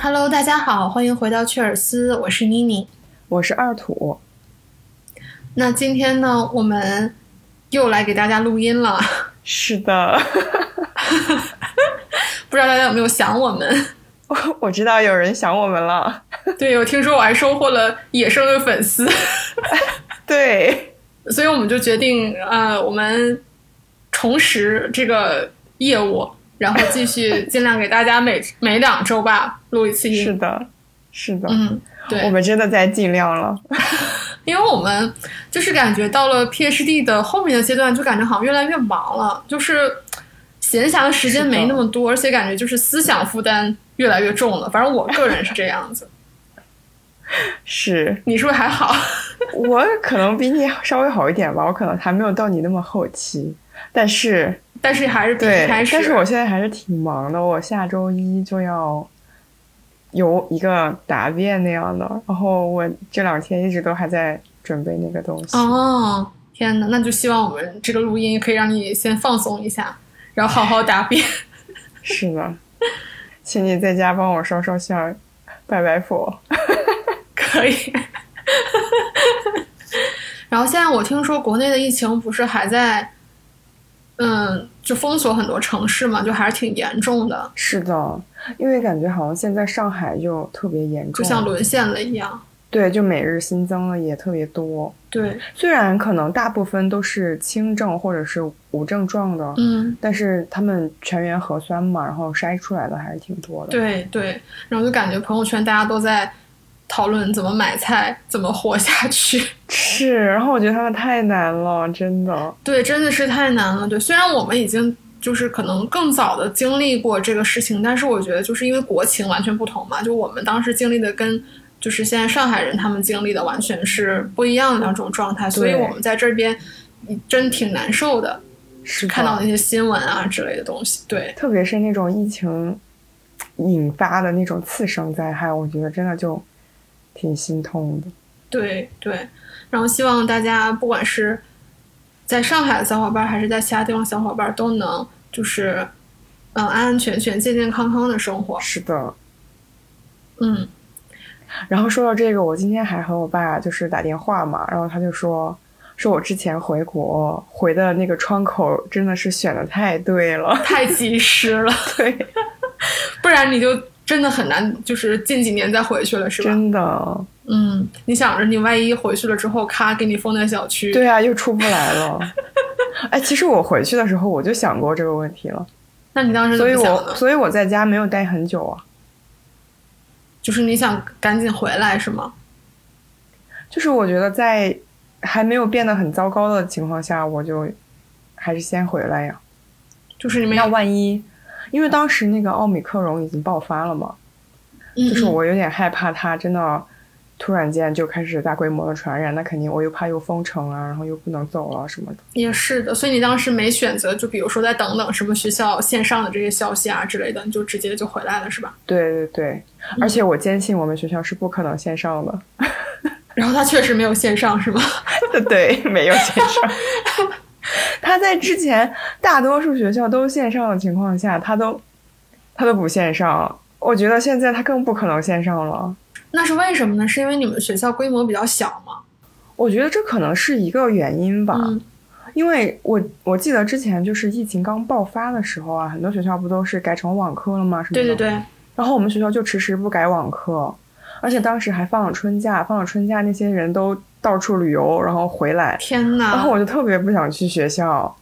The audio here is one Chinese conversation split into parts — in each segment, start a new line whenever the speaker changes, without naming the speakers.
Hello，大家好，欢迎回到雀尔斯，我是妮妮。
我是二土，
那今天呢，我们又来给大家录音了，
是的，
不知道大家有没有想我 们？
我我知道有人想我们了，
对，我听说我还收获了野生的粉丝，
对，
所以我们就决定，呃，我们重拾这个业务，然后继续尽量给大家每每两周吧录一次音。
是的，是的，
嗯，
我
对，
们真的在尽量了，
因为我们就是感觉到了 PhD 的后面的阶段，就感觉好像越来越忙了，就是闲暇的时间
是的
没那么多，而且感觉就是思想负担越来越重了。反正我个人是这样子，
是
你是不是还好？
我可能比你稍微好一点吧，我可能还没有到你那么后期，但是
但是还是比
对，
开始，
但是我现在还是挺忙的，我下周一就要。有一个答辩那样的，然后我这两天一直都还在准备那个东西。
哦，天哪，那就希望我们这个录音可以让你先放松一下，然后好好答辩。
是的，请你在家帮我烧烧香儿，拜拜佛。
可以。 然后现在我听说国内的疫情不是还在，嗯，就封锁很多城市嘛，就还是挺严重的，
是的，因为感觉好像现在上海就特别严
就
重，
像沦陷了一样。
对，就每日新增了也特别多。
对，
虽然可能大部分都是轻症或者是无症状的，
嗯，
但是他们全员核酸嘛，然后筛出来的还是挺多的。
对对。然后就感觉朋友圈大家都在讨论怎么买菜，怎么活下去。
是，然后我觉得他们太难了，真的。
对，真的是太难了。对，虽然我们已经就是可能更早的经历过这个事情，但是我觉得就是因为国情完全不同嘛，就我们当时经历的跟就是现在上海人他们经历的完全是不一样的两种状态，所以
对
我们在这边真挺难受的，
是的
看到那些新闻啊之类的东西。对，
特别是那种疫情引发的那种次生灾害，我觉得真的就挺心痛的。
对对，然后希望大家不管是在上海的小伙伴，还是在其他地方的小伙伴，都能就是嗯安安全全、健健康康的生活。
是的，
嗯。
然后说到这个，我今天还和我爸就是打电话嘛，然后他就说，说我之前回国回的那个窗口真的是选的太对了，
太及时了，
对，
不然你就真的很难，就是近几年再回去了，是吧？
真的，
嗯，你想着你万一回去了之后，咔给你封在小区，
对啊，又出不来了。哎，其实我回去的时候我就想过这个问题了，
那你当时怎
所以
么想
我
的？
所以我在家没有待很久啊，
就是你想赶紧回来是吗？
就是我觉得在还没有变得很糟糕的情况下，我就还是先回来呀。
就是你们
那
要，
万一，因为当时那个奥密克戎已经爆发了嘛，
嗯
就是
嗯
我有点害怕它真的突然间就开始大规模的传染，那肯定我又怕又封城啊，然后又不能走了什么的。
嗯也是的，所以你当时没选择，就比如说再等等什么学校线上的这些消息啊之类的，你就直接就回来了是吧？
对对对，而且我坚信我们学校是不可能线上的。
然后他确实没有线上是吗？
对，没有线上。 他在之前大多数学校都线上的情况下，他都他都不线上。我觉得现在他更不可能线上了。
那是为什么呢？是因为你们学校规模比较小吗？
我觉得这可能是一个原因吧。
嗯，
因为我我记得之前就是疫情刚爆发的时候啊，很多学校不都是改成网课了吗？什么的
对对。对，
然后我们学校就迟迟不改网课，而且当时还放了春假，放了春假那些人都到处旅游，然后回来，
天哪！
然后我就特别不想去学校。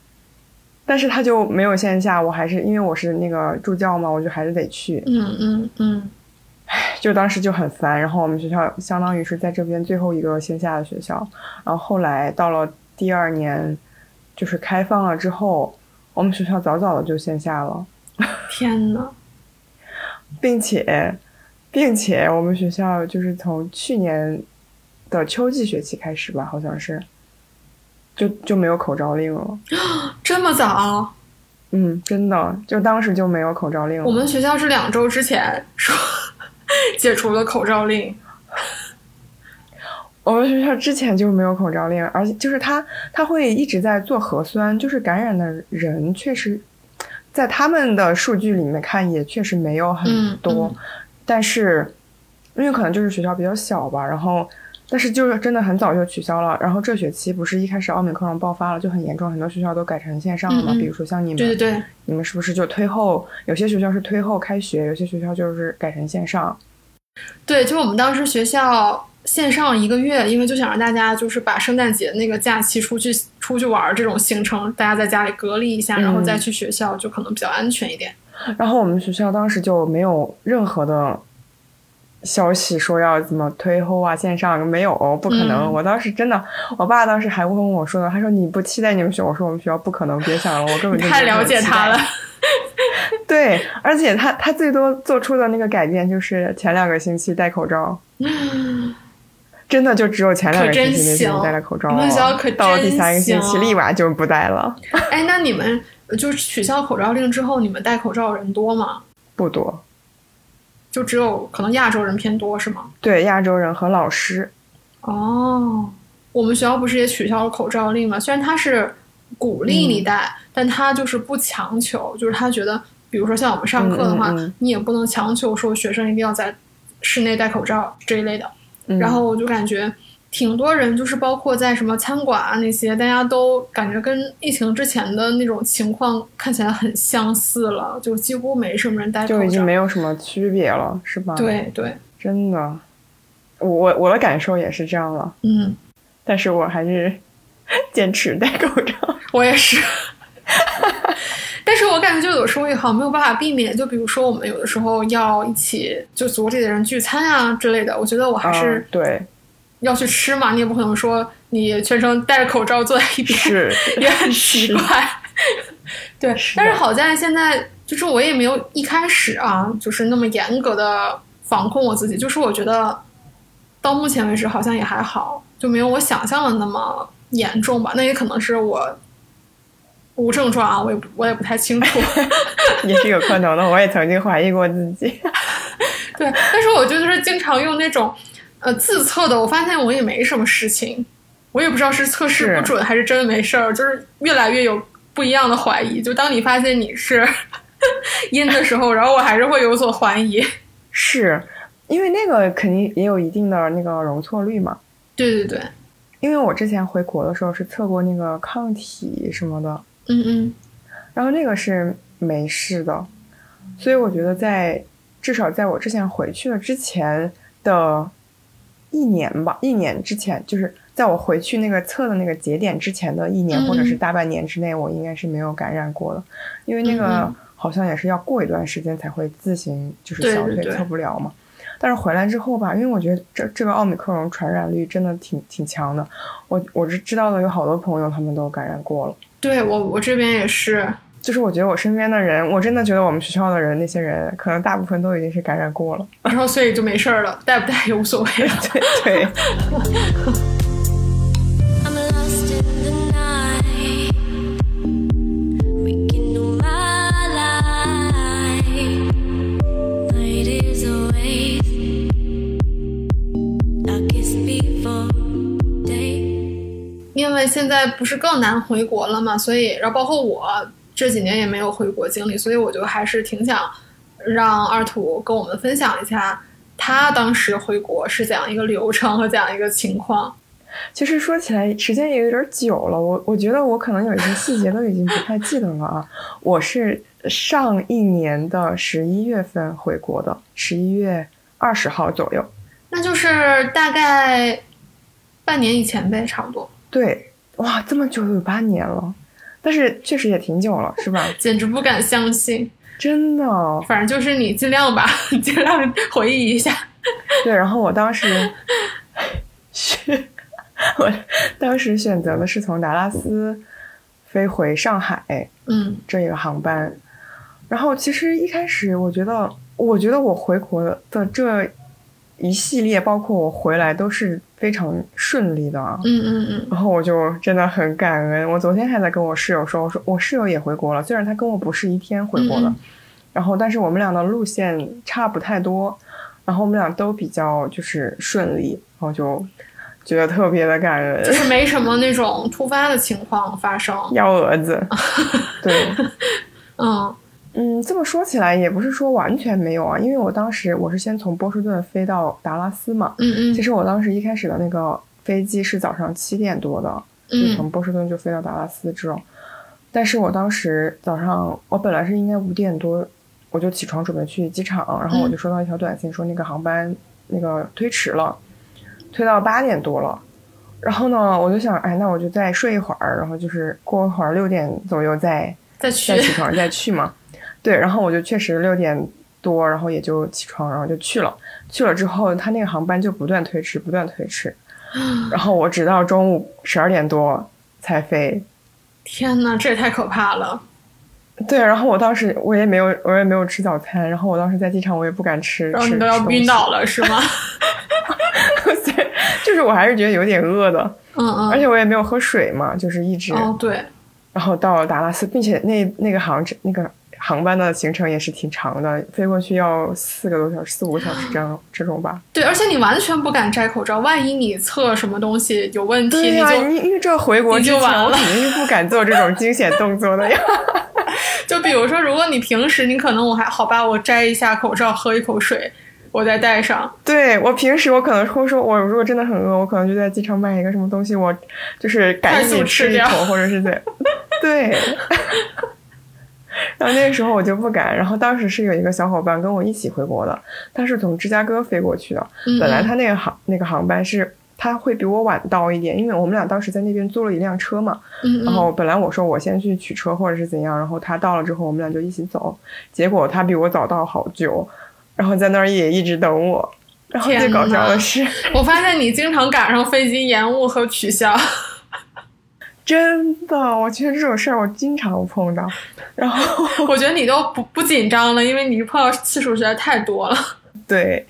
但是他就没有线下，我还是因为我是那个助教嘛，我就还是得去，
嗯嗯嗯，
就当时就很烦。然后我们学校相当于是在这边最后一个线下的学校，然后后来到了第二年，就是开放了之后，我们学校早早的就线下了，
天哪！
并且，并且我们学校就是从去年的秋季学期开始吧，好像是，就就没有口罩令了。
这么早？
嗯，真的，就当时就没有口罩令了。
我们学校是两周之前说 解除了口罩令。
我们学校之前就没有口罩令，而且就是他他会一直在做核酸，就是感染的人确实，在他们的数据里面看也确实没有很多，
嗯嗯
但是因为可能就是学校比较小吧，然后但是就是真的很早就取消了。然后这学期不是一开始奥密克戎爆发了就很严重，很多学校都改成线上了嘛，
嗯嗯
比如说像你们，
对对对，
你们是不是就推后？有些学校是推后开学，有些学校就是改成线上。
对，就我们当时学校线上一个月，因为就想让大家就是把圣诞节那个假期出去出去玩儿这种行程，大家在家里隔离一下，然后
嗯
再去学校，就可能比较安全一点。
然后我们学校当时就没有任何的消息说要怎么推后啊，线上没有，不可能。
嗯
我当时真的，我爸当时还问我说呢，他说你不期待你们学校？我说我们学校不可能，别想了，我根本就
太
没有
了解
期
他
待
了。
对，而且他他最多做出的那个改变就是前两个星期戴 口罩，真的就只有前两个
可真
星期那时候
行
戴了口罩
你们学校可，
到了第
真
三个星期
行
立马就不戴了，
哎，那你们呃就是取消口罩令之后，你们戴口罩人多吗？
不多。
就只有可能亚洲人偏多是吗？
对亚洲人和老师，
哦，我们学校不是也取消了口罩令吗？虽然他是鼓励你戴，
嗯
但他就是不强求，就是他觉得，比如说像我们上课的话，
嗯嗯嗯
你也不能强求说学生一定要在室内戴口罩这一类的。
嗯
然后我就感觉挺多人，就是包括在什么餐馆啊那些，大家都感觉跟疫情之前的那种情况看起来很相似了，就几乎没什么人戴口
就已经
罩。
没有什么区别了，是吧？，
对对，
真的，我我我的感受也是这样了，
嗯，
但是我还是 坚持戴口罩。
我也是。但是我感觉就有时候也好像没有办法避免，就比如说我们有的时候要一起就组里的人聚餐啊之类的，我觉得我 还
啊
是、
对，
要去吃嘛，你也不可能说你全程戴着口罩坐在一 边，
是
也很奇怪。对，
是的
但是好在现在就是我也没有一开始啊，就是那么严格的防控我自己，就是我觉得到目前为止好像也还好，就没有我想象的那么严重吧。那也可能是我无症状啊，我也不我也不太清楚。
也是有可能的。我也曾经怀疑过自己。
对，但是我就是经常用那种呃自测的，我发现我也没什么事情，我也不知道是测试
是
不准还是真的没事儿，就是越来越有不一样的怀疑。就当你发现你是 阴的时候，然后我还是会有所怀疑。
是因为那个肯定也有一定的那个容错率嘛。
对对对，
因为我之前回国的时候是测过那个抗体什么的，
嗯嗯，
然后那个是没事的，所以我觉得在至少在我之前回去了之前的一年吧，一年之前就是在我回去那个测的那个节点之前的一年
嗯
或者是大半年之内，我应该是没有感染过的，因为那
嗯
个
嗯
好像也是要过一段时间才会自行就是
对
小
对
退
对
测不了嘛。但是回来之后吧，因为我觉得这这个奥密克戎传染率真的挺挺强的，我我是知道的有好多朋友他们都感染过了。
对我我这边也是，
就是我觉得我身边的人，我真的觉得我们学校的人，那些人可能大部分都已经是感染过了。
然后所以就没事儿了，戴不戴也无所谓了。
对对，
I'm lost in the night. Rekindle my light. Night is always darkest before day.
因为现在不是更难回国了嘛，所以然后包括我这几年也没有回国经历，所以我就还是挺想让二土跟我们分享一下他当时回国是怎样一个流程和怎样一个情况。
其实说起来时间也有点久了，我我觉得我可能有一些细节都已经不太记得了啊。我是上一年的十一月份回国的，十一月二十号左右。
那就是大概半年以前呗，差不多，
对，哇，这么久有八年了，但是确实也挺久了，是吧？
简直不敢相信。
真的哦，
反正就是你尽量吧， 尽量回忆一下。
对，然后我当时是，我当时选择的是从达拉斯飞回上海
嗯
这一个航班。然后其实一开始我觉得，我觉得我回国的这一系列，包括我回来都是非常顺利的啊。
嗯嗯嗯，
然后我就真的很感恩。我昨天还在跟我室友说，我说我室友也回国了，虽然他跟我不是一天回国的，
嗯嗯
然后但是我们俩的路线差不太多，然后我们俩都比较就是顺利，然后就觉得特别的感
就
恩。
是没什么那 种突发的情况发生。
幺蛾子，对，
嗯，
嗯，这么说起来也不是说完全没有啊，因为我当时我是先从波士顿飞到达拉斯嘛。
嗯嗯
其实我当时一开始的那个飞机是早上七点多的，就
嗯
从波士顿就飞到达拉斯这种。但是我当时早上，我本来是应该五点多我就起床准备去机场，然后我就收到一条短信说那个航班那个推迟了，推到八点多了。然后呢，我就想，哎，那我就再睡一会儿，然后就是过一会儿六点左右再
再去
再起床再去嘛。对，然后我就确实六点多，然后也就起床，然后就去了。去了之后，他那个航班就不断推迟，不断 推迟。然后我直到中午十二点多才飞。
天呐，这也太可怕了！
对，然后我当时我也没有，我也没有吃早餐。然后我当时在机场，我也不敢吃，
然后你
吃
都要晕。倒了是 吗？
吃东西对，就是我还是觉得有点饿的，
嗯嗯，
而且我也没有喝水嘛，就是一直。
哦对，
然后到了达拉斯，并且那那个航那个航班的行程也是挺长的，飞过去要四个多小时、四五个小时这样这种吧。
对，而且你完全不敢摘口罩，万一你测什么东西有问题，
对呀、
你就
你你这回国
你
之
就
前，
完
我
了
肯定是不敢做这种惊险动作的呀。
就比如说，如果你平时你可能我还好吧，我摘一下口罩，喝一口水，我再戴上。
对我平时我可能会说，我如果真的很饿，我可能就在机场买一个什么东西，我就是赶
快速
紧
吃
吃一
掉
口，或者 是在对。然后那时候我就不敢，然后当时是有一个小伙伴跟我一起回国的，他是从芝加哥飞过去的，
嗯，
本来他那个航那个航班是他会比我晚到一点，因为我们俩当时在那边租了一辆车嘛，
嗯，嗯
然后本来我说我先去取车或者是怎样，然后他到了之后我们俩就一起走，结果他比我早到好久，然后在那儿也一直等我。然后最
天
搞笑
呐
的是，
我发现你经常赶上飞机延误和取 消。
真的，我觉得这种事儿我经常碰到。然后
我觉得你都不不紧张了，因为你碰到次数实在太多了。
对，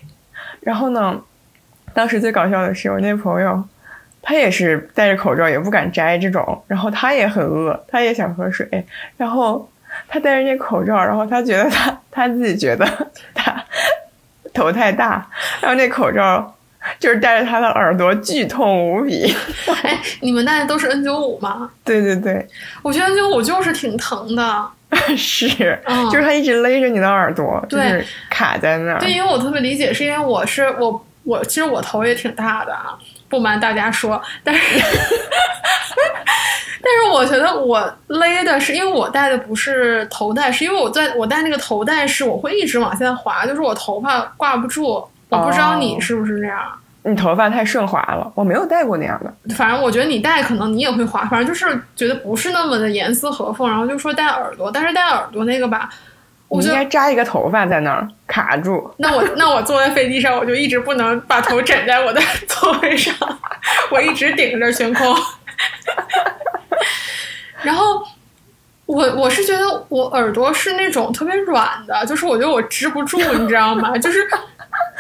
然后呢，当时最搞笑的是我那朋友，他也是戴着口罩也不敢摘这种，然后他也很饿，他也想喝水，然后他戴着那口罩，然后他觉得他他自己觉得他头太大，然后那口罩就是戴着他的耳朵剧痛无比。
哎，你们戴的都是 N 九五吗？
对对对，
我觉得 N 九五就是挺疼的。
是，
嗯
就是他一直勒着你的耳朵，就
对
是卡在那儿。
对，因为我特别理解，是因为我是我我其实我头也挺大的啊，不瞒大家说，但是 但是我觉得我勒的是，因为我戴的不是头带，是因为我在我戴那个头带是我会一直往下滑，就是我头发挂不住。我不知道你
哦
是不是这样，
你头发太顺滑了，我没有戴过那样的。
反正我觉得你戴可能你也会滑，反正就是觉得不是那么的严丝合缝，然后就说戴耳朵，但是戴耳朵那个吧，我
你
觉
应
得
该扎一个头发在那儿卡住。
那我那我坐在飞机上，我就一直不能把头枕在我的 座位上，我一直顶着悬空。然后我我是觉得我耳朵是那种特别软的，就是我觉得我支不住，你知道吗？就是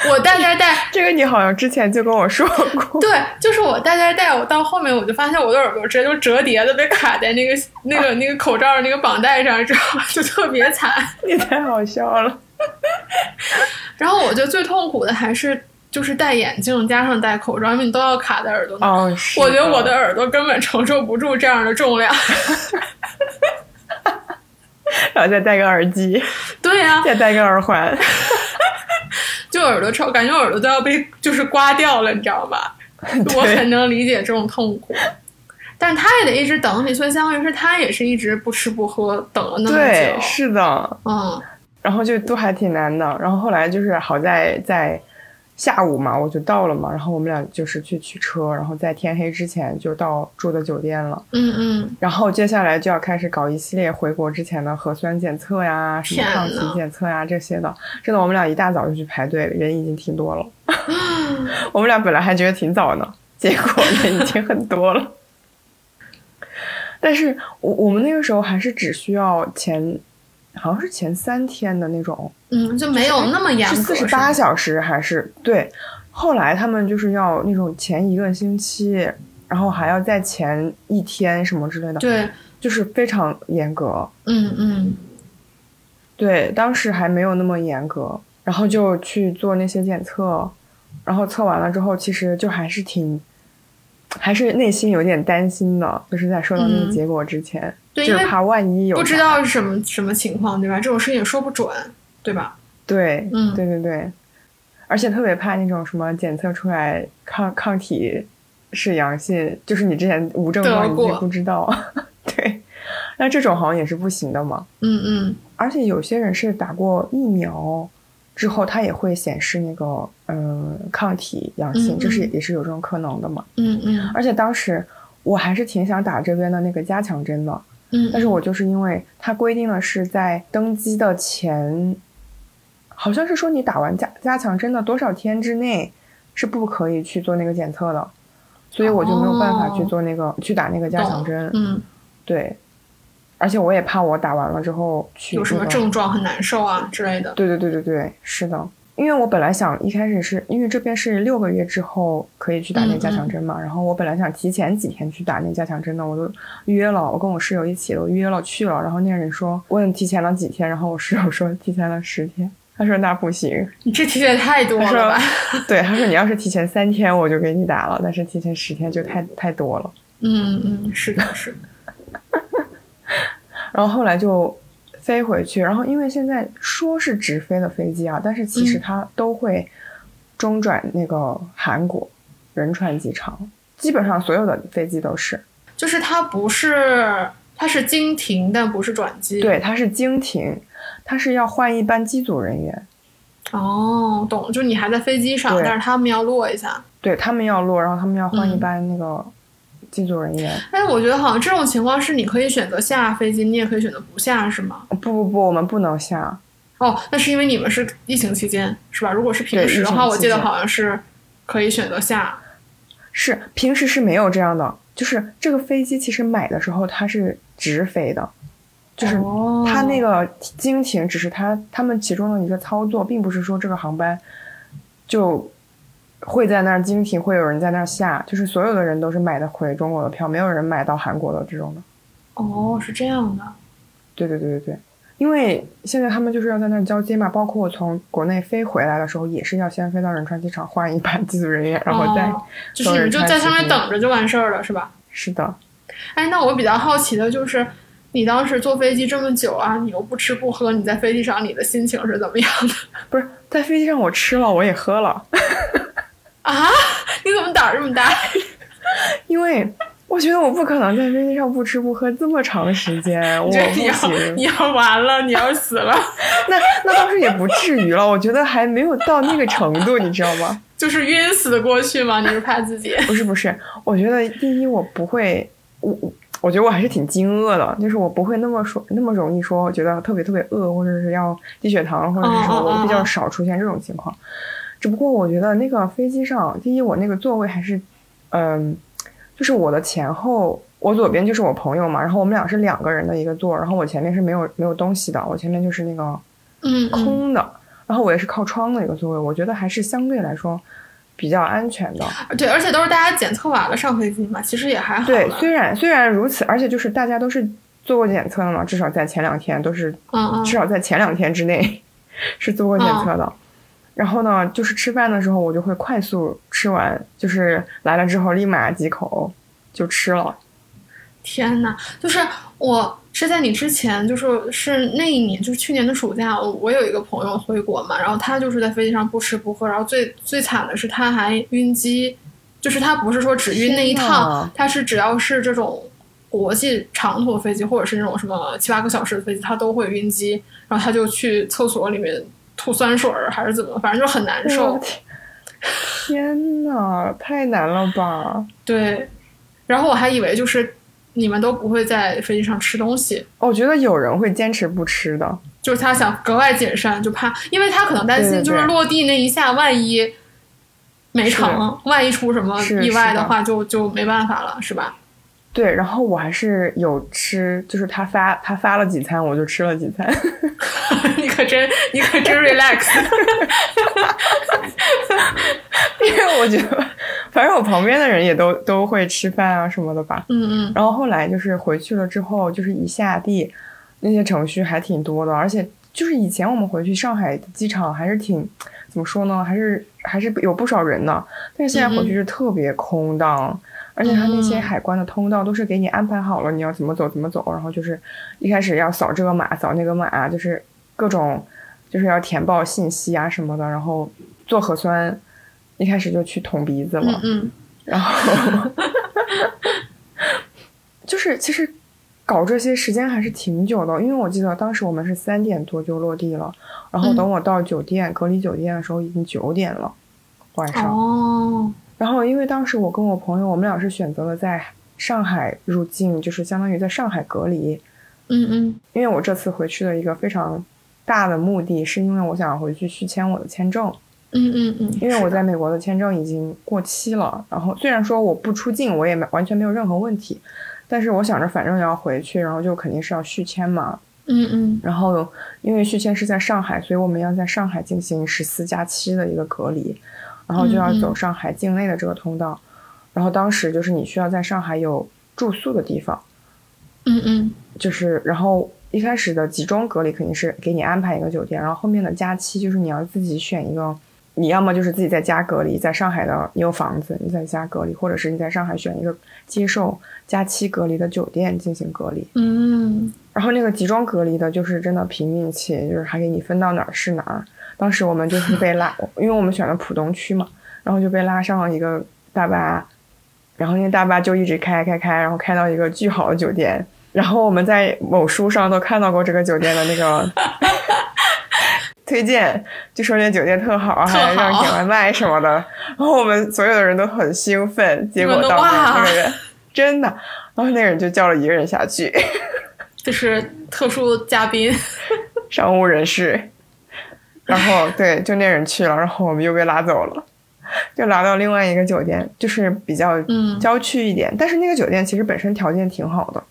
我戴戴戴，
这个你好像之前就跟我说过。
对，就是我戴戴戴，我到后面我就发现我的耳朵直接就折叠的被卡在那个那个那个口罩那个绑带上，之后就特别惨。
你太好笑了。
然后我觉得最痛苦的还是就是戴眼镜加上戴口罩，因为你都要卡在耳朵那儿。
哦，是
我觉得我的耳朵根本承受不住这样的重量。
然后再戴个耳机，
对呀、
再戴个耳环。
就耳朵超，感觉耳朵都要被就是刮掉了，你知道 吧？我很能理解这种痛苦。但他也得一直等你，所以相当于是他也是一直不吃不喝等了那么
对，
久。
是的。
嗯，
然后就都还挺难的。然后后来就是好在在下午嘛，我就到了嘛。然后我们俩就是去取车，然后在天黑之前就到住的酒店了。
嗯嗯，
然后接下来就要开始搞一系列回国之前的核酸检测呀、什么
天啊
抗体
呐
检测呀这些的。真的，我们俩一大早就去排队，人已经挺 多了。我们俩本来还觉得挺早呢，结果人已经很多了。 但是我我们那个时候还是只需要前，好像是前三天的那种，
嗯，就没有那么严
是
格。
四十
是吧
八小时还是对？后来他们就是要那种前一个星期，然后还要再前一天什么之类的。
对，
就是非常严格。
嗯嗯
对，当时还没有那么严格，然后就去做那些检测，然后测完了之后，其实就还是挺还是内心有点担心的，就是在收到那个结果之前，
嗯对
就
因
是
为
怕万一有
不知
啥
道是什么什么情况，对吧？这种事情也说不准，对吧？
对，
嗯
对对对，而且特别怕那种什么检测出来抗抗体是阳性，就是你之前无症
得
状你自己
过
不知道， 对，那这种好像也是不行的嘛。
嗯嗯，
而且有些人是打过疫苗之后，它也会显示那个嗯抗体阳性，
嗯
这是
嗯
也是有这种可能的嘛。
嗯嗯
而且当时我还是挺想打这边的那个加强针的，
嗯，
但是我就是因为它规定了是在登机的前，好像是说你打完加加强针的多少天之内是不可以去做那个检测的，所以我就没有办法
哦
去做那个、去打那个加强针。
嗯，
对，而且我也怕我打完了之后去
有什么
那个
症状很难受啊之类的。
对对对对对，是的，因为我本来想一开始是因为这边是六个月之后可以去打那加强针嘛，然后我本来想提前几天去打那加强针的，我都约了，我跟我室友一起都约了去了，然后那个人说问提前了几天，然后我室友说提前了十天。他说那不行，
你这题也太多
他
了吧？
说对，他说你要是提前三天我就给你打了，但是提前十天就太太多了。
嗯嗯，是的，是的。
然后后来就飞回去，然后因为现在说是直飞的飞机啊，但是其实
嗯
它都会中转那个韩国仁川机场，基本上所有的飞机都是。
就是它不是，它是经停，但不是转机。，
对，它是经停，它是要换一班机组人员，
哦，懂了，就你还在飞机上，
对
但是他们要落一下。
对他们要落，然后他们要换一
嗯
班那个机组人员。
但哎是我觉得好像这种情况是你可以选择下飞机，你也可以选择不下，是吗？
不不不，我们不能下。
哦，那是因为你们是疫情期间，是吧？如果是平
对
时
疫
的
情
话，我
期
记得
间
好像是可以选择下。
是平时是没有这样的，就是这个飞机其实买的时候它是直飞的，就是
哦
它那个经停只是它他们其中的一个操作，并不是说这个航班就会在那儿经停，会有人在那儿下，就是所有的人都是买的回中国的票，没有人买到韩国的这种的。
哦，是这样的。
对对对对对，因为现在他们就是要在那儿交接嘛，包括我从国内飞回来的时候，也是要先飞到仁川机场换一班机组人员，然后再、
哦就是你们就在上面等着就完事儿了，是吧？
是的。
哎，那我比较好奇的就是，你当时坐飞机这么久啊，你又不吃不喝，你在飞机上你的心情是怎么样的
不是在飞机上我吃了，我也喝了，
啊？你怎么胆儿这么大？
因为我觉得我不可能在飞机上不吃不喝这么长时间，我
我
不
觉得 你要 你
行。
要完了，你要死了，
那那倒是也不至于了，我觉得还没有到那个程度，你知道吗？
就是晕死过去吗？你是怕自己？
不是不是，我觉得第一我不会，我我我觉得我还是挺惊愕的，就是我不会那么说那么容易说，我觉得特别特别饿，或者是要低血糖，或者是
嗯嗯
说我
嗯
比较
嗯
少出现这种情况。只不过我觉得那个飞机上，第一我那个座位还是，嗯，就是我的前后。我左边就是我朋友嘛，然后我们俩是两个人的一个座，然后我前面是没有没有东西的，我前面就是那个
嗯，嗯
空的，然后我也是靠窗的一个座位，我觉得还是相对来说比较安全的。
对，而且都是大家检测完了上飞机嘛，其实也还好
对，
了
虽然虽然如此，而且就是大家都是做过检测的嘛，至少在前两天都是，
嗯嗯
至少在前两天之内是做过检测的。然后呢，就是吃饭的时候我就会快速吃完，就是来了之后立马几口就吃了。
天呐，就是我是在你之前，就是是那一年，就是去年的暑假，我我有一个朋友回国嘛，然后他就是在飞机上不吃不喝，然后最最惨的是他还晕机，就是他不是说只晕那一
天
趟
呐，
他是只要是这种国际长途飞机或者是那种什么七八个小时的飞机，他都会晕机，然后他就去厕所里面吐酸水儿还是怎么，反正就很难受
我。天天呐，太难了吧！
对，然后我还以为就是你们都不会在飞机上吃东西。
我觉得有人会坚持不吃的，
就是他想格外谨慎，就怕，因为他可能担
对
心，
对
就是
对
落地那一下，万一没成，万一出什么
是
意外
是
的
的
话，就就没办法了，是 吧？
对。然后我还是有吃，就是他发他发了几餐，我就吃了几餐。
你可真，你可真 relax。
因为我觉得，反正我旁边的人也都都会吃饭啊什么的吧。
嗯嗯，
然后后来就是回去了之后，就是一下地，那些程序还挺多的，而且就是以前我们回去上海的机场还是挺怎么说呢，还是还是有不少人呢。但是现在回去是特别空荡，而且它那些
嗯
海关的通道都是给你安排好了，你要怎么走怎么走，然后就是一开始要扫这个码，扫那个码，就是各种就是要填报信息啊什么的，然后做核酸，一开始就去捅鼻子了，
嗯嗯，
然后就是其实搞这些时间还是挺久的，因为我记得当时我们是三点多就落地了，然后等我到酒店、隔离酒店的时候已经九点了晚上。
哦，
然后因为当时我跟我朋友，我们俩是选择了在上海入境，就是相当于在上海隔离。
嗯嗯
因为我这次回去的一个非常大的目的，是因为我想回去续签我的签证。
嗯嗯嗯，
因为我
是的
在美国的签证已经过期了，然后虽然说我不出境，我也没完全没有任何问题，但是我想着反正要回去，然后就肯定是要续签嘛。
嗯嗯
然后因为续签是在上海，所以我们要在上海进行十四加七的一个隔离，然后就要
嗯
走
嗯
上海境内的这个通道。然后当时就是你需要在上海有住宿的地方，
嗯嗯
就是然后一开始的集中隔离肯定是给你安排一个酒店，然后后面的假期就是你要自己选一个，你要么就是自己在家隔离，在上海的你有房子，你在家隔离，或者是你在上海选一个接受假期隔离的酒店进行隔离。
嗯
然后那个集中隔离的，就是真的凭运气，就是还给你分到哪儿是哪儿。当时我们就是 被拉，因为我们选了浦东区嘛，然后就被拉上了一个大巴，然后那大巴就一直开开开，然后开到一个巨好的酒店。然后我们在某书上都看到过这个酒店的那 个推荐，就说这酒店特好，啊还
特好
让点外卖什么的。然后我们所有的人都很兴奋，结果
你们都
到那
哇
那个人真的，然后那个人就叫了一个人下去。
就是特殊嘉宾，
商务人士，然后对，就那人去了，然后我们又被拉走了，就拉到另外一个酒店，就是比较
嗯
郊区一点，但是那个酒店其实本身条件挺好的，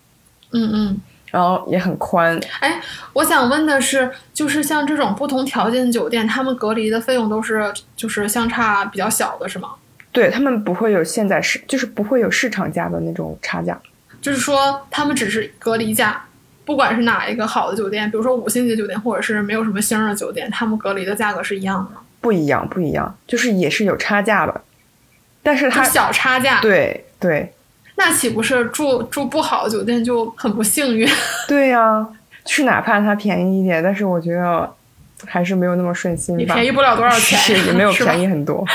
嗯嗯。
然后也很宽，
哎，我想问的是，就是像这种不同条件酒店，他们隔离的费用都是就是相差比较小的，是吗？
对他们不会有现在市，就是不会有市场价的那种差价，
就是说他们只是隔离价，不管是哪一个好的酒店，比如说五星级酒店或者是没有什么星儿的酒店，他们隔离的价格是一样的吗，
不一样，不一样，就是也是有差价的，但是
就
它
小差价。，
对对
那岂不是住住不好的酒店就很不幸运？
对呀、就是哪怕它便宜一点，但是我觉得还是没有那么顺心吧，
你便宜不了多少钱，
是也没有
是吧
便宜 很多。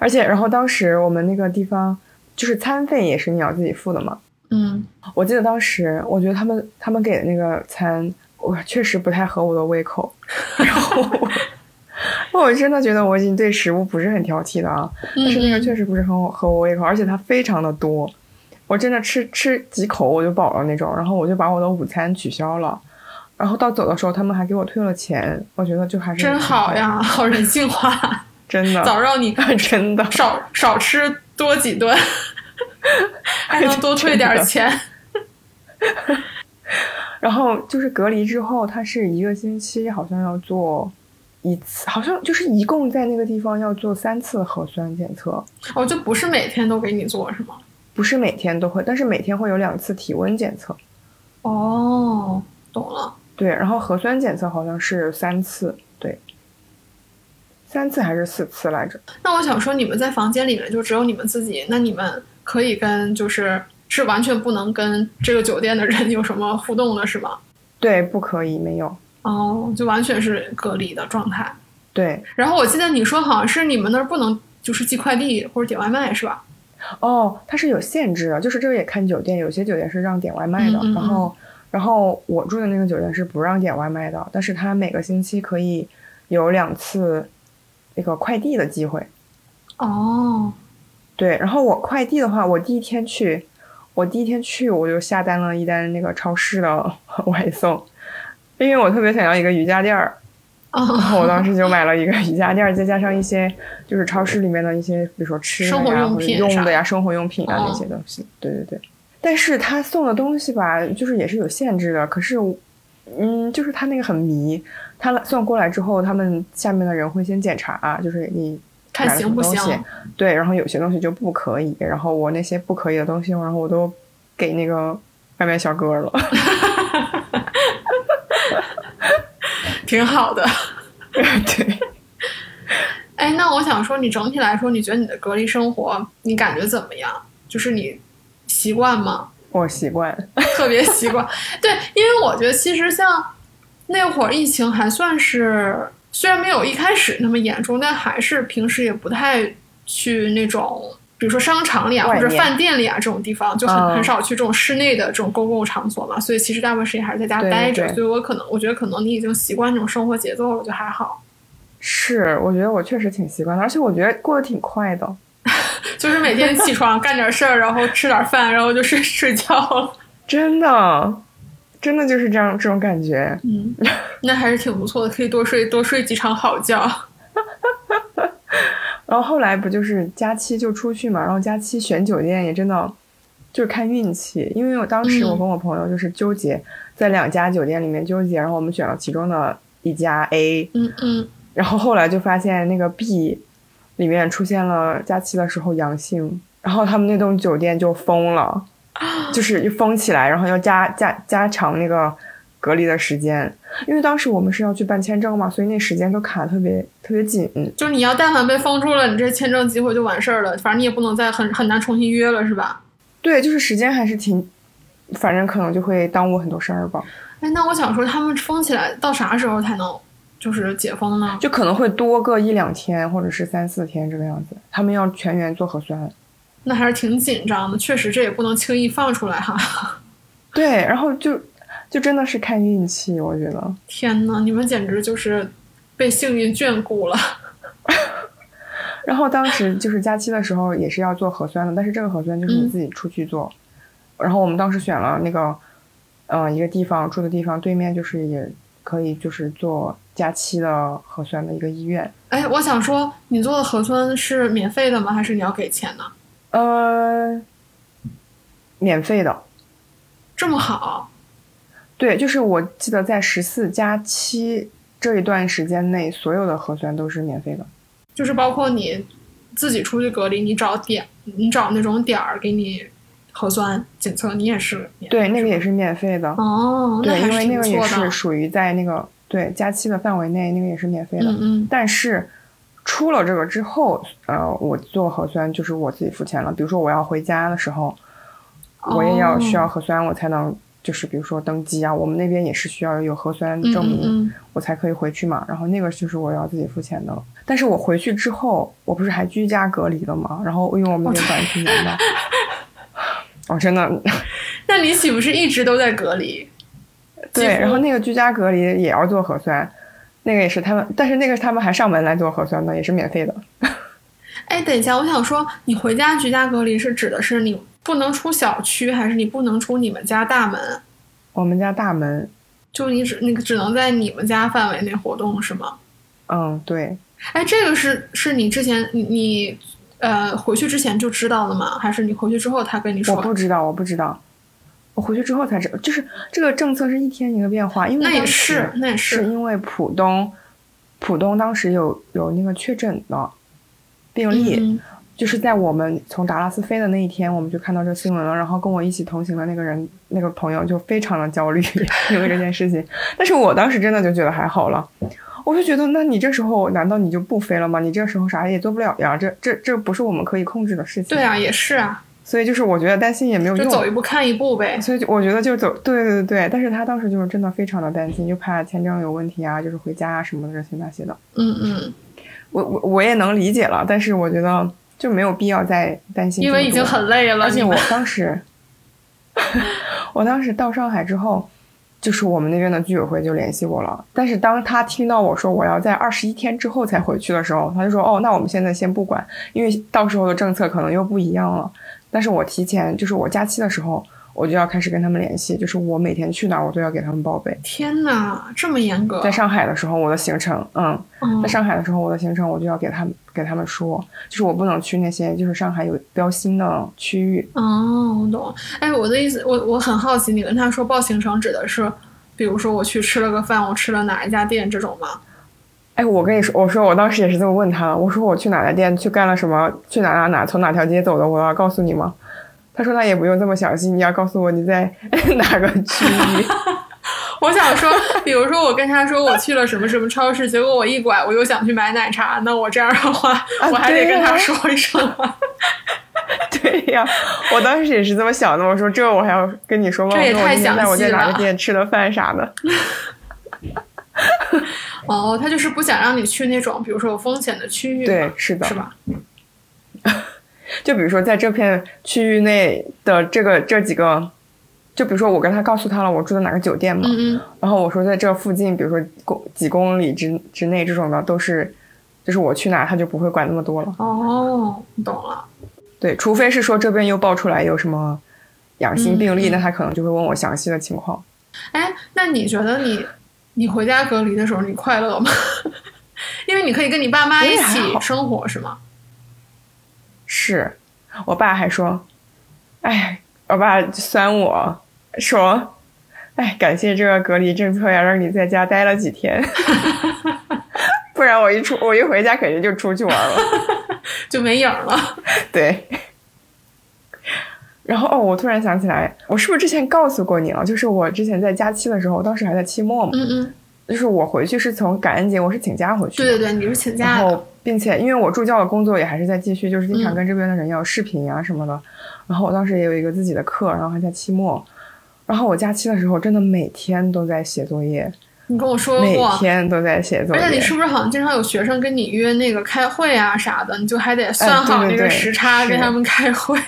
而且，然后当时我们那个地方就是餐费也是你要自己付的嘛。
嗯
我记得当时，我觉得他们他们给的那个餐，我确实不太合我的胃口。然后我， 我真的觉得我已经对食物不是很挑剔的啊，但
嗯，
是那个确实不是很合我胃口，而且它非常的多，我真的吃吃几口我就饱了那种。然后我就把我的午餐取消了，然后到走的时候他们还给我退了钱，我觉得就还
嗯
是
真好，呀，好人性化，
真的
早让你
真的，
少少吃多几顿，还能 多退点钱。
然后就是隔离之后，他是一个星期好像要做一次，好像就是一共在那个地方要做三次核酸检测，
哦，就不是每天都给你做是吗？
不是每天都会，但是每天会有两次体温检测。
哦，懂了。
对，然后核酸检测好像是三次，对，三次还是四次来着？
那我想说，你们在房间里面就只有你们自己，那你们可以跟就是是完全不能跟这个酒店的人有什么互动的是吗？
对，不可以没有。
哦，就完全是隔离的状态。
对，
然后我记得你说好像是你们那儿不能就是寄快递或者点外卖是吧？
哦，它是有限制的，就是这个也看酒店，有些酒店是让点外卖的，
嗯嗯嗯
然后然后我住的那个酒店是不让点外卖的，但是它每个星期可以有两次那个快递的机会。
哦，
对，然后我快递的话，我第一天去，我第一天去我就下单了一单那个超市的 外送，因为我特别想要一个瑜伽垫儿，然后我
哦，
当时就买了一个瑜伽垫，儿，再加上一些就是超市里面的一些，比如说吃的
生活
呀、
用
或者
品
用
啥
的呀、生活用品啊那
哦
些东西。对对对，但是他送的东西吧，就是也是有限制的。可是我，嗯，就是他那个很迷，他来送过来之后，他们下面的人会先检查，啊就是你
看
买了什
行不
么东
行
西？对，然后有些东西就不可以，然后我那些不可以的东西，然后我都给那个外卖小哥了。
挺好的。
对，
哎，那我想说，你整体来说，你觉得你的隔离生活，你感觉怎么样？就是你习惯吗？
我习惯。
特别习惯。 对，因为我觉得其实像那会儿疫情还算是，虽然没有一开始那么严重，但还是平时也不太去那种，比如说商场里啊
外
或
面
者饭店里啊这种地方，就很、
嗯
很少去这种室内的这种公共场所嘛。所以其实大部分时间还是在家
对对
待着。
对
所以我可能我觉得可能你已经习惯这种生活节奏了，我觉得还好。
是，我觉得我确实挺习惯的，而且我觉得过得挺快的。
就是每天起 床干点事儿，然后吃点饭，然后就睡 睡觉了。
真的，真的就是这样这种感觉。
嗯，那还是挺不错的，可以多睡多睡几场好觉。
然后后来不就是假期就出去嘛，然后假期选酒店也真的就是看运气，因为我当时
嗯
我跟我朋友就是纠结在两家酒店里面纠结，然后我们选了其中的一家 A，
嗯嗯，
然后后来就发现那个 B 里面出现了假期的时候阳性，然后他们那栋酒店就封了，就是一封起来，然后要加加加长那个隔离的时间，因为当时我们是要去办签证嘛，所以那时间都卡得特别特别紧。
就是你要但凡被封住了，你这签证机会就完事儿了，反正你也不能再很很难重新约了，是吧？
对，就是时间还是挺，反正可能就会耽误很多事儿吧，
哎，那我想说，他们封起来到啥时候才能就是解封呢？
就可能会多个一两天或者是三四天这个样子。他们要全员做核酸。
那还是挺紧张的，确实这也不能轻易放出来哈。
对，然后就就真的是看运气，我觉得。
天呐，你们简直就是被幸运眷顾了。
然后当时就是假期的时候也是要做核酸的，但是这个核酸就是
嗯
你自己出去做。然后我们当时选了那个，呃，一个地方住的地方对面就是也可以就是做假期的核酸的一个医院。
哎，我想说，你做的核酸是免费的吗？还是你要给钱呢？
呃，免费的。
这么好，
对，就是我记得在十四加七这一段时间内，所有的核酸都是免费的。
就是包括你自己出去隔离，你找点，你找那种点儿给你核酸检测，你也是免
对，那个也是免费的。
哦，那
对，
还
因
是
为那
挺
个
不
也
错
是
的。
属于在那个对假期的范围内，那个也是免费的。
嗯嗯，
但是出了这个之后，呃，我做核酸就是我自己付钱了。比如说我要回家的时候，我也要
哦
需要核酸，我才能就是比如说登机啊，我们那边也是需要有核酸
嗯
证明。
嗯嗯
我才可以回去嘛。然后那个就是我要自己付钱的了。但是我回去之后，我不是还居家隔离了嘛？然后因为我
哦
们 那边管挺严的，我哦真的
那你岂不是一直都在隔离？
对。
几乎
然后那个居家隔离也要做核酸，那个也是他们，但是那个是他们还上门来做核酸的，也是免费的。
哎，等一下，我想说，你回家居家隔离是指的是你不能出小区，还是你不能出你们家大门？
我们家大门，
就你只那个只能在你们家范围内活动是吗？
嗯，对，
哎，这个是是你之前你你呃回去之前就知道的吗？还是你回去之后他跟你
我
说？
不知道，我不知道。我回去之后才知道，就是这个政策是一天一个变化，因为
那也
当时
是，那也
是
是，
因为浦东，浦东当时有有那个确诊的病例，
嗯
就是在我们从达拉斯飞的那一天，我们就看到这新闻了。然后跟我一起同行的那个人，那个朋友就非常的焦虑，因为这件事情。但是我当时真的就觉得还好了，我就觉得，那你这时候难道你就不飞了吗？你这时候啥也做不了呀，这这这不是我们可以控制的事情。
对啊，也是啊，
所以就是我觉得担心也没有
就
用。
走一步看一步呗。
所以就我觉得就走，对对对对，但是他当时就是真的非常的担心，就怕签证有问题啊，就是回家啊什么的这些那些的。
嗯嗯。
我我我也能理解了，但是我觉得就没有必要再担心这
因
么多，
为已经很累了，
而且
你
我
们
当时，我当时到上海之后，就是我们那边的居委会就联系我了。但是当他听到我说我要在二十一天之后才回去的时候，他就说：“哦，那我们现在先不管，因为到时候的政策可能又不一样了。”但是我提前，就是我假期的时候，我就要开始跟他们联系，就是我每天去哪儿，我都要给他们报备。
天哪，这么严格，
在上海的时候，我的行程，嗯，
嗯
在上海的时候，我的行程我就要给他们给他们说，就是我不能去那些就是上海有标新的区域，
哦，我懂。哎，我的意思，我我很好奇，你跟他说报行程指的是，比如说我去吃了个饭，我吃了哪一家店这种吗？
哎，我跟你说，我说我当时也是这么问他，我说我去哪家店去干了什么，去哪哪哪，从哪条街走的，我要告诉你吗？ 他说那也不用这么详细，你要告诉我你在哪个区域。
我想说，比如说我跟他说我去了什么什么超市，结果我一拐我又想去买奶茶，那我这样的话，
啊
我还得跟他说一声吗。
对呀、我当时也是这么想的。我说这我还要跟你说吗？
这也
我说我
太
今天
详
在我在
细
哪
了
个店吃的饭啥的。
哦，他就是不想让你去那种比如说有风险的区域嘛，
对，是的，
是吧？
就比如说在这片区域内的这个这几个，就比如说我跟他告诉他了我住在哪个酒店嘛，
嗯嗯，
然后我说在这附近，比如说公几公里之之内这种的都是，就是我去哪儿他就不会管那么多了。
哦，懂了。
对，除非是说这边又爆出来有什么养心病例，
嗯嗯
那他可能就会问我详细的情况。
哎，那你觉得你你回家隔离的时候你快乐吗？ 因为你可以跟你爸妈
我也
一
还
起
好
生活是吗？
是我爸还说，哎，我爸酸我说，哎，感谢这个隔离政策呀，让你在家待了几天， 不然我一出我一回家肯定就出去玩了。
就没影儿了。
对。然后哦，我突然想起来，我是不是之前告诉过你了？啊就是我之前在假期的时候，当时还在期末嘛，
嗯嗯，
就是我回去是从感恩节，我是请假回去的。
对对对，你是请
然
假嗯的。
后，并且因为我助教的工作也还是在继续，就是经常跟这边的人要视频啊什么的。然后我当时也有一个自己的课，然后还在期末。然后我假期的时候，真的每天都在写作业，
你跟我说
每
过，
天都在写作
而且你
业
是。不是好像经常有学生跟你约那个开会啊啥的，你就还得算好
哎对
那
对
个
对
时差
是
跟他们开会。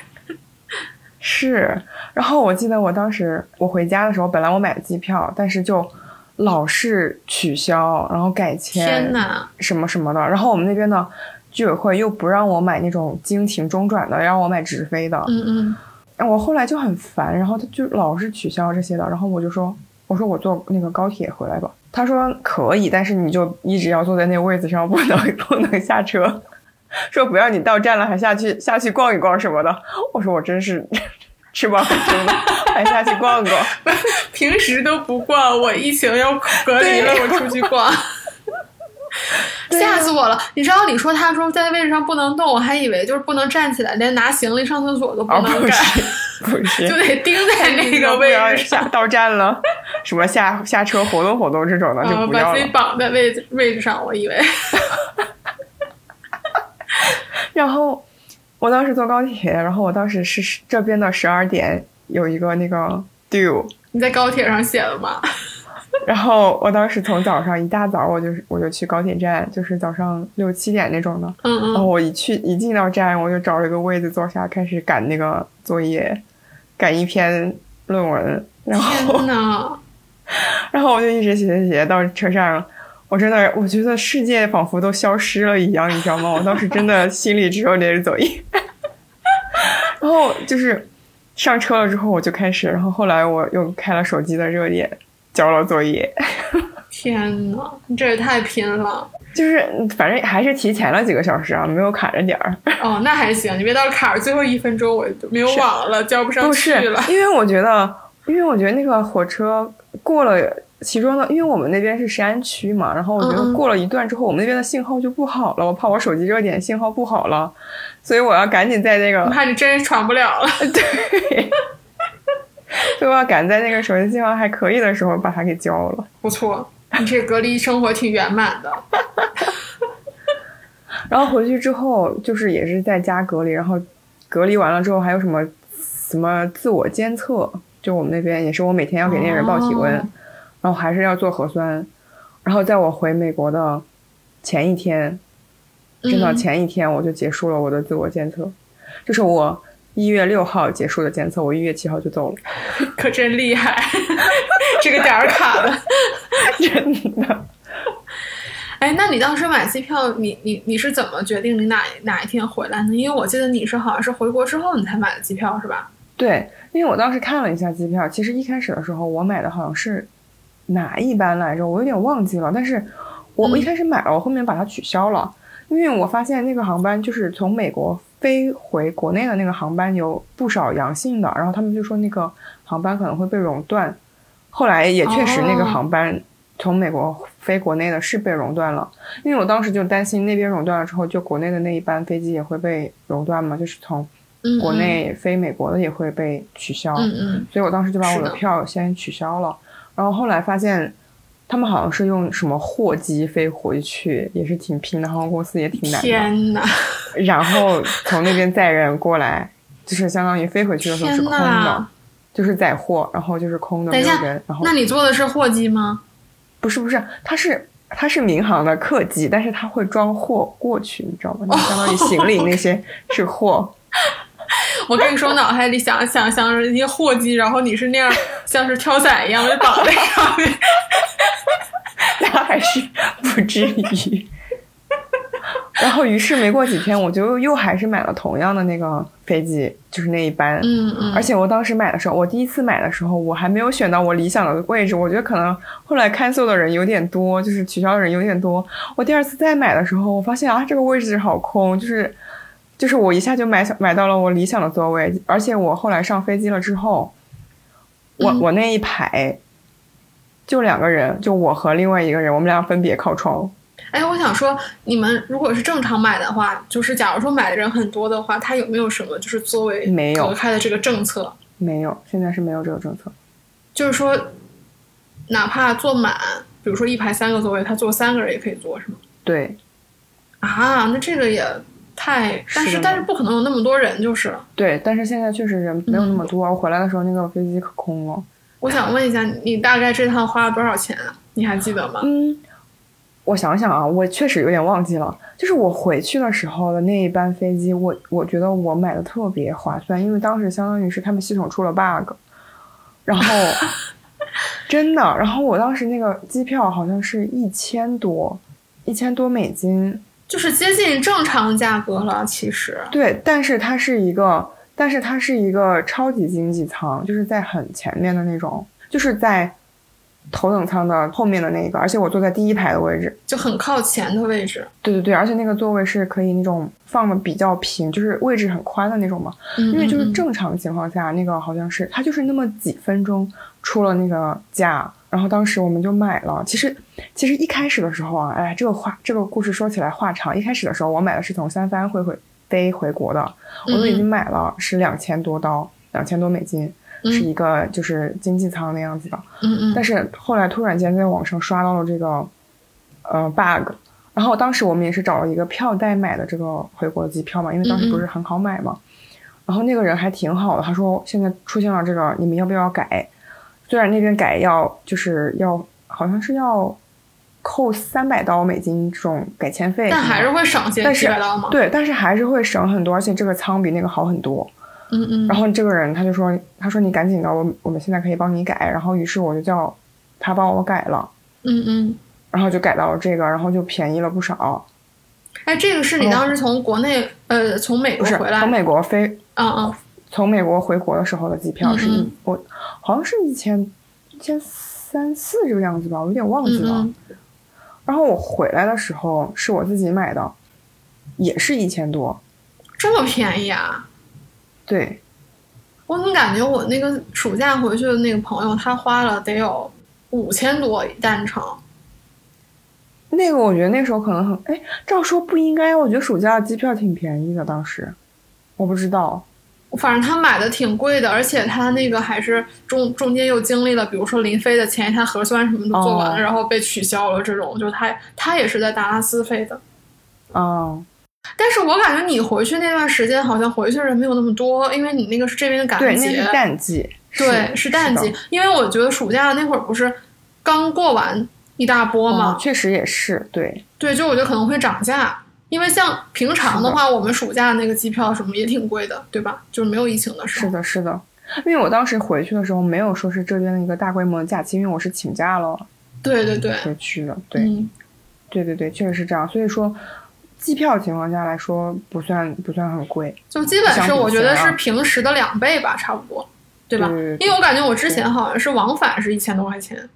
是。然后我记得我当时我回家的时候，本来我买了机票，但是就老是取消，然后改签
天，哪！
什么什么的。然后我们那边的居委会又不让我买那种经停中转的，让我买直飞的。
嗯嗯，
我后来就很烦，然后他就老是取消这些的，然后我就说，我说我坐那个高铁回来吧。他说可以，但是你就一直要坐在那个位子上，不能不能下车， 说不要你到站了还下去下去逛一逛什么的。我说我真是 吃饱喝足了，还下去逛逛。
平时都不逛，我疫情要隔离了，
对
我出去逛。
对啊
吓死我了！你知道，你说他说在位置上不能动，我还以为就是不能站起来，连拿行李上厕所都不
啊，
能
不
干，
是不是
就， 得钉在那
你
个
就不
位
要
置上
下，到站了，什么下下车活动活动这种的就
呃，
不
把
要
自
了
己。绑在位置位置上，我以为。
然后我当时坐高铁，然后我当时是这边的十二点有一个那个 due，
你在高铁上写了吗？
然后我当时从早上一大早我就我就去高铁站，就是早上六七点那种的。
嗯
然后
嗯，
我一去一进到站，我就找了一个位子坐下，开始赶那个作业，赶一篇论文。然后
天哪！
然后我就一直写写写到车上。我真的，我觉得世界仿佛都消失了一样，你知道吗？我当时真的心里只有那个走音。 然后就是上车了之后，我就开始，然后后来我又开了手机的热点，交了作业，
天哪，你这也太拼了！
就是反正还是提前了几个小时啊，没有卡着点儿。
哦，那还行，你别到卡着最后一分钟，我就没有网了，交不上
不
去
是
了。，
因为我觉得，因为我觉得那个火车过了其中的，因为我们那边是石安区嘛，然后我觉
嗯
得
嗯
过了一段之后，我们那边的信号就不好了，我怕我手机热点信号不好了，所以我要赶紧在那 个
我，怕你真闯不了了。
所以我要赶在那个手机信号还可以的时候把它给交了。
不错，你这隔离生活挺圆满的。
然后回去之后，就是也是在家隔离，然后隔离完了之后还有什么什么自我监测，就我们那边也是我每天要给那人报体温，
哦
然后还是要做核酸，然后在我回美国的前一天，真的
嗯
前一天我就结束了我的自我监测，就是我一月六号结束的监测，我一月七号就走了，
可真厉害，这个点儿卡的。
真的。
哎，那你当时买机票，你你你是怎么决定你哪哪一天回来呢？因为我记得你是好像是回国之后你才买的机票是吧？
对，因为我当时看了一下机票，其实一开始的时候我买的好像是哪一班来着，我有点忘记了。但是我
嗯
我一开始买了，我后面把它取消了，因为我发现那个航班就是从美国飞回国内的那个航班有不少阳性的，然后他们就说那个航班可能会被熔断。后来也确实那个
哦
航班从美国飞国内的是被熔断了，因为我当时就担心那边熔断了之后，就国内的那一班飞机也会被熔断嘛，就是从
嗯，
国内飞美国的也会被取消，
嗯嗯
所以我当时就把我
是
的
的
票先取消了。然后后来发现，他们好像是用什么货机飞回去，也是挺拼的，航空公司也挺难的。
天哪，
然后从那边载人过来，就是相当于飞回去的时候是空
天
的
哪，
就是载货，然后就是空的，
等
没
一
有
下
人。然后
那你坐的是货机吗？
不是不是，它是它是民航的客机，但是它会装货过去，你知道吗？
哦
就相当于行李 那些是货。
我跟你说，我脑海里想想想着一个货机，然后你是那样像是跳伞一样被绑 在上面。
那还是不至于。然后，于是没过几天，我就又还是买了同样的那个飞机，就是那一班。
嗯嗯，
而且我当时买的时候，我第一次买的时候，我还没有选到我理想的位置。我觉得可能后来 cancel 的人有点多，就是取消的人有点多。我第二次再买的时候，我发现啊，这个位置好空，就是就是我一下就买买到了我理想的座位。而且我后来上飞机了之后，我、
嗯
我那一排就两个人，就我和另外一个人，我们俩分别靠窗。
哎，我想说，你们如果是正常买的话，就是假如说买的人很多的话，他有没有什么就是作为
没有
隔开的这个政策？
没有，现在是没有这个政策。
就是说，哪怕坐满，比如说一排三个座位，他坐三个人也可以坐，是吗？
对，
啊，那这个也太……但
是
是
的
但是不可能有那么多人，就是了。
对，但是现在确实人没有那么多。我回来的时候，那个飞机可空了。
我想问一下，你大概这趟花了多少钱啊？你还记得吗？
嗯，我想想啊，我确实有点忘记了。就是我回去的时候的那一班飞机，我我觉得我买的特别划算，因为当时相当于是他们系统出了 bug，然后真的，然后我当时那个机票好像是一千多，一千多美金，
就是接近正常价格了，其实。
对，但是它是一个，但是它是一个超级经济舱，就是在很前面的那种，就是在头等舱的后面的那个，而且我坐在第一排的位置。
就很靠前的位置，
对对对，而且那个座位是可以那种放的比较平，就是位置很宽的那种嘛。
因
因为就是
嗯
正常情况下，那个好像是它就是那么几分钟出了那个价，然后当时我们就买了。其实其实一开始的时候啊，哎，这个话这个故事说起来话长。一开始的时候，我买的是从三藩会回飞回国的，
嗯
我都已经买了是两千多刀，两千多美金，
嗯
是一个就是经济舱那样子的。
嗯嗯
但是后来突然间在网上刷到了这个呃 bug，然后当时我们也是找了一个票代买的这个回国的机票嘛，因为当
嗯
时不是很好买嘛。然后那个人还挺好的，他说现在出现了这个，你们要不要改？虽然那边改要就是要好像是要扣三百刀美金这种改签费，
但还是会省些
但
几
是
百刀嘛。
对，但是还是会省很多，而且这个舱比那个好很多。
嗯嗯，
然后这个人他就说，他说你赶紧的，我我们现在可以帮你改。然后于是我就叫他帮我改了，
嗯嗯，
然后就改到了这个，然后就便宜了不少。
哎，这个是你当时从国内呃从美
哦不
国
是
回来，
从美国飞，
嗯嗯，
从美国回国的时候的机票是一，
嗯嗯
我好像是一千一千三四这个样子吧，我有点忘记了。
嗯
然后我回来的时候是我自己买的，也是一千多。
这么便宜啊！
对，
我怎么感觉我那个暑假回去的那个朋友，他花了得有五千多单程，
那个我觉得那时候可能很，哎，照说不应该，我觉得暑假的机票挺便宜的，当时我不知道。
反正他买的挺贵的，而且他那个还是中中间又经历了，比如说临飞的前一天核酸什么都做完了，
哦
然后被取消了，这种就他他也是在达拉斯飞的。
啊，
但是我感觉你回去那段时间，好像回去人没有那么多，因为你那个是这边的感
对，
恩
那
节
是，淡季，
对，是淡季
的。嗯
因为我觉得暑假那会儿不是刚过完一大波
哦
嘛，，
确实也是，对，
对，就我觉得可能会涨价，因为像平常的话，我们暑假那个机票什么也挺贵的，对吧？就是没有疫情的时
是
候。
的，是的。因为我当时回去的时候没有说是这边的一个大规模的假期，因为我是请假了
对对对，
回去的。对，
嗯
对对对，确实是这样。所以说，机票情况下来说不算不算很贵。
就基本是我觉得
相
是
比啊
平时的两倍吧，差不多，对吧？
对嗯对对
因为我感觉我之前好像是往返是一千多块钱，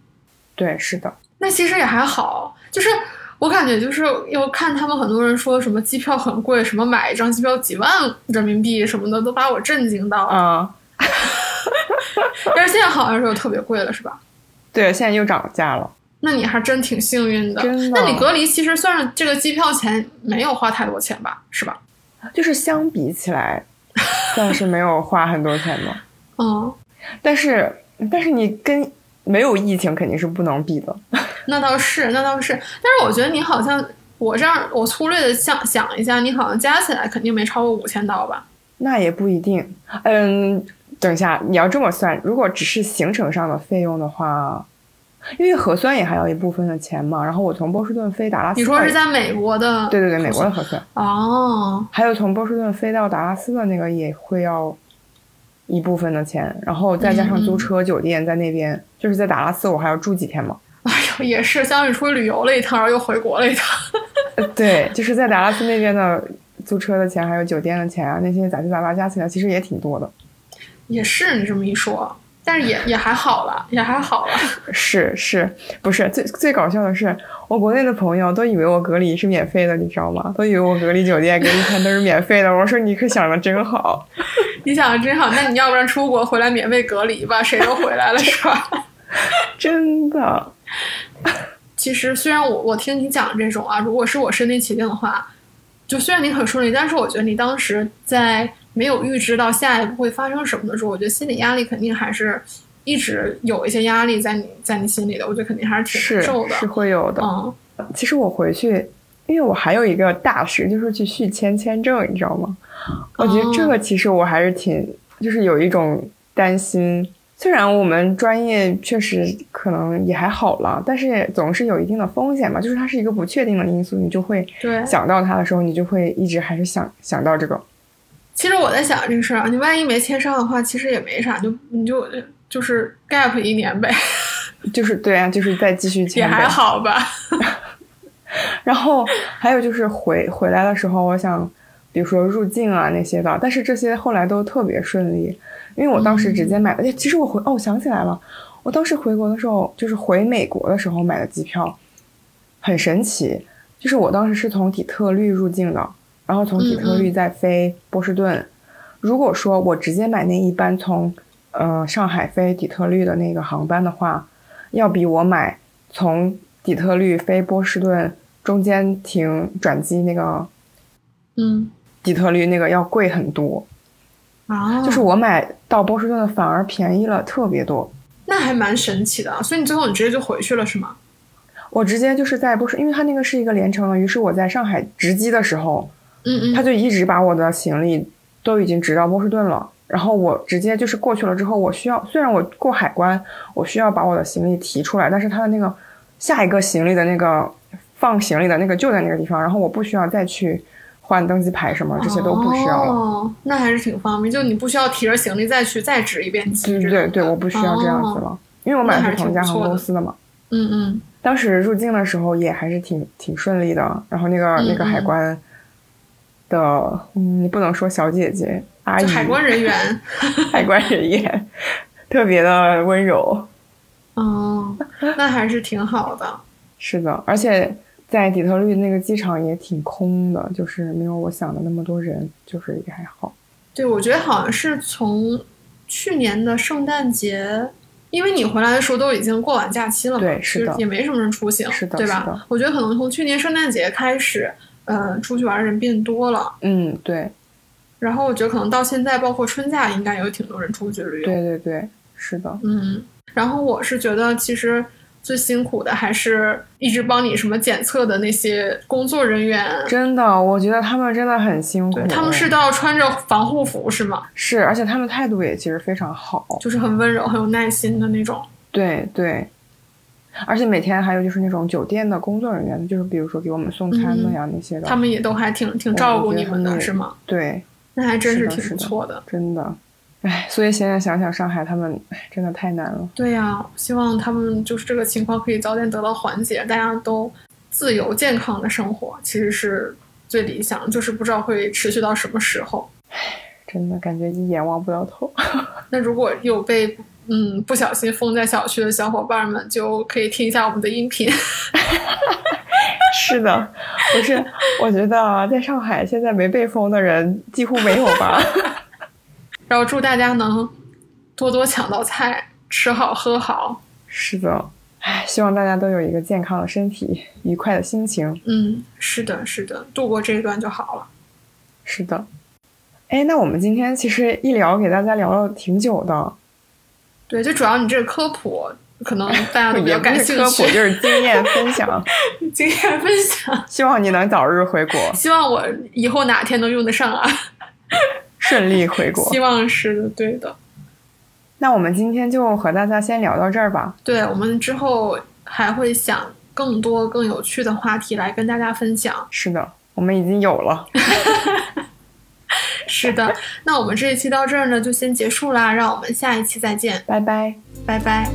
对，是的，
那其实也还好，就是我感觉就是又看他们很多人说什么机票很贵，什么买一张机票几万人民币什么的，都把我震惊到了。
啊、
但是现在好像是又特别贵了，是吧？
对，现在又涨价了。那
那你还真挺幸运的。
真的
那你隔离其实算是这个机票钱没有花太多钱吧，是吧？
就是相比起来，算是没有花很多钱的。
嗯，
但是但是你跟没有疫情肯定是不能比的。
那倒是，那倒是。但是我觉得你好像，我这样我粗略的想想一下，你好像加起来肯定没超过五千刀吧？
那也不一定。嗯，等一下，你要这么算，如果只是行程上的费用的话，因为核酸也还要一部分的钱嘛。然后我从波士顿飞达拉斯，
你说是？在美国的？
对对对，美国的核酸，
哦，
还有从波士顿飞到达拉斯的那个也会要一部分的钱，然后再加上租车、酒店在那边，就是在达拉斯我还要住几天嘛。
哎呦，也是，相当于出去旅游了一趟，然后又回国了一趟。
呃对，就是在达拉斯那边的租车的钱，还有酒店的钱啊，那些杂七杂八加起来其实也挺多的。
也是，你这么一说，但是也也还好了，也还好了。
是是，不是最最搞笑的是，我国内的朋友都以为我隔离是免费的，你知道吗？都以为我隔离酒店、隔离餐都是免费的。我说你可想的真好，
你想的真好，那你要不然出国回来免费隔离吧？谁都回来了是吧？
真的。
其实虽然我我听你讲这种啊，如果是我身临其境的话，就虽然你很顺利，但是我觉得你当时在没有预知到下一步会发生什么的时候，我觉得心理压力肯定还是一直有一些压力在你在你心里的，我觉得肯定还是挺
是
难受的
是。会有的。
嗯，
其实我回去，因为我还有一个大事，就是去续签签证，你知道吗？我觉
哦
得这个其实我还是挺，就是有一种担心。虽然我们专业确实可能也还好了，但是总是有一定的风险嘛，就是它是一个不确定的因素，你就会
对。
想到它的时候，你就会一直还是想想到这个。
其实我在想这个事儿啊，你万一没签上的话，其实也没啥，就你就就是 gap 一年呗，
就是对啊，就是再继续
也
签
还
呗。
好吧。
然后还有就是回回来的时候，我想，比如说入境啊那些的，但是这些后来都特别顺利，因为我当时直接买的。哎其实我回哦，我想起来了，我当时回国的时候，就是回美国的时候买的机票，很神奇，就是我当时是从底特律入境的，然后从底特律再飞波士顿。如果说我直接买那一班从呃上海飞底特律的那个航班的话，要比我买从底特律飞波士顿中间停转机那个
嗯
底特律那个要贵很多。
啊，
就是我买到波士顿的反而便宜了特别多。
那还蛮神奇的啊。所以你最后你直接就回去了是吗？
我直接就是在波士，因为它那个是一个连程的，于是我在上海值机的时候，
嗯嗯，
他就一直把我的行李都已经直到波士顿了。然后我直接就是过去了之后，我需要虽然我过海关，我需要把我的行李提出来，但是他的那个下一个行李的那个放行李的那个就在那个地方，然后我不需要再去换登机牌什么，这些都不需要了。
哦，那还是挺方便，就你不需要提着行李再去再值一遍机。
对嗯对对对，我不需要这样子了，因为我买
哦那
的
还
是
是
同
挺
一家
不
航
错
空
的
公司的嘛。
嗯嗯，
当时入境的时候也还是挺挺顺利的，然后那个那个
嗯嗯
海关的，嗯，你不能说小姐姐阿姨，
就海关人 员。
海关人员 特别的温柔。
哦，那还是挺好的。
是的，而且在底特律那个机场也挺空的，就是没有我想的那么多人，就是也还好。
对，我觉得好像是从去年的圣诞节，因为你回来的时候都已经过完假期了嘛，
对是的
就也没什么人出行，
是的
对
是的
吧？我觉得可能从去年圣诞节开始，呃，出去玩的人变多了。
嗯，对，
然后我觉得可能到现在，包括春假，应该有挺多人出去旅游。
对对对，是的，
嗯，然后我是觉得其实最辛苦的还是一直帮你什么检测的那些工作人员，
真的，我觉得他们真的很辛苦
对，他们是都要穿着防护服是吗？
是，而且他们态度也其实非常好。
就是很温柔、很有耐心的那种。
对对，而且每天还有就是那种酒店的工作人员，就是比如说给我们送餐的呀、那些的，
嗯他们也都还挺挺照顾你们
我觉得他们
的，
也
是吗？
对，
那还真
是的
挺
是
不
的
错的。
真的，哎，所以现在想想上海他们，哎，真的太难了。
对呀、希望他们就是这个情况可以早点得到缓解，大家都自由健康的生活，其实是最理想的，就是不知道会持续到什么时候。
真的感觉一眼望不到头，
那如果有被嗯不小心封在小区的小伙伴们，就可以听一下我们的音频。
是的，不是，我觉得啊在上海现在没被封的人几乎没有吧。
然后祝大家能多多抢到菜，吃好喝好。
是的，哎，希望大家都有一个健康的身体，愉快的心情。
嗯，是的，是的，度过这一段就好了。
是的，哎，那我们今天其实一聊给大家聊了挺久的，
对，就主要你这个科普，可能大家都比
也
较
不
感
是
兴
科普，
趣，
就是经验分 享。
经验分享。
希望你能早日回国，
希望我以后哪天能用得上啊！
顺利回国。
希望是的，对的。
那我们今天就和大家先聊到这儿吧。
对我们之后还会想更多更有趣的话题来跟大家分享。
是的，我们已经有了。
是的，那我们这一期到这儿呢，就先结束啦，让我们下一期再见，
拜拜。
拜拜。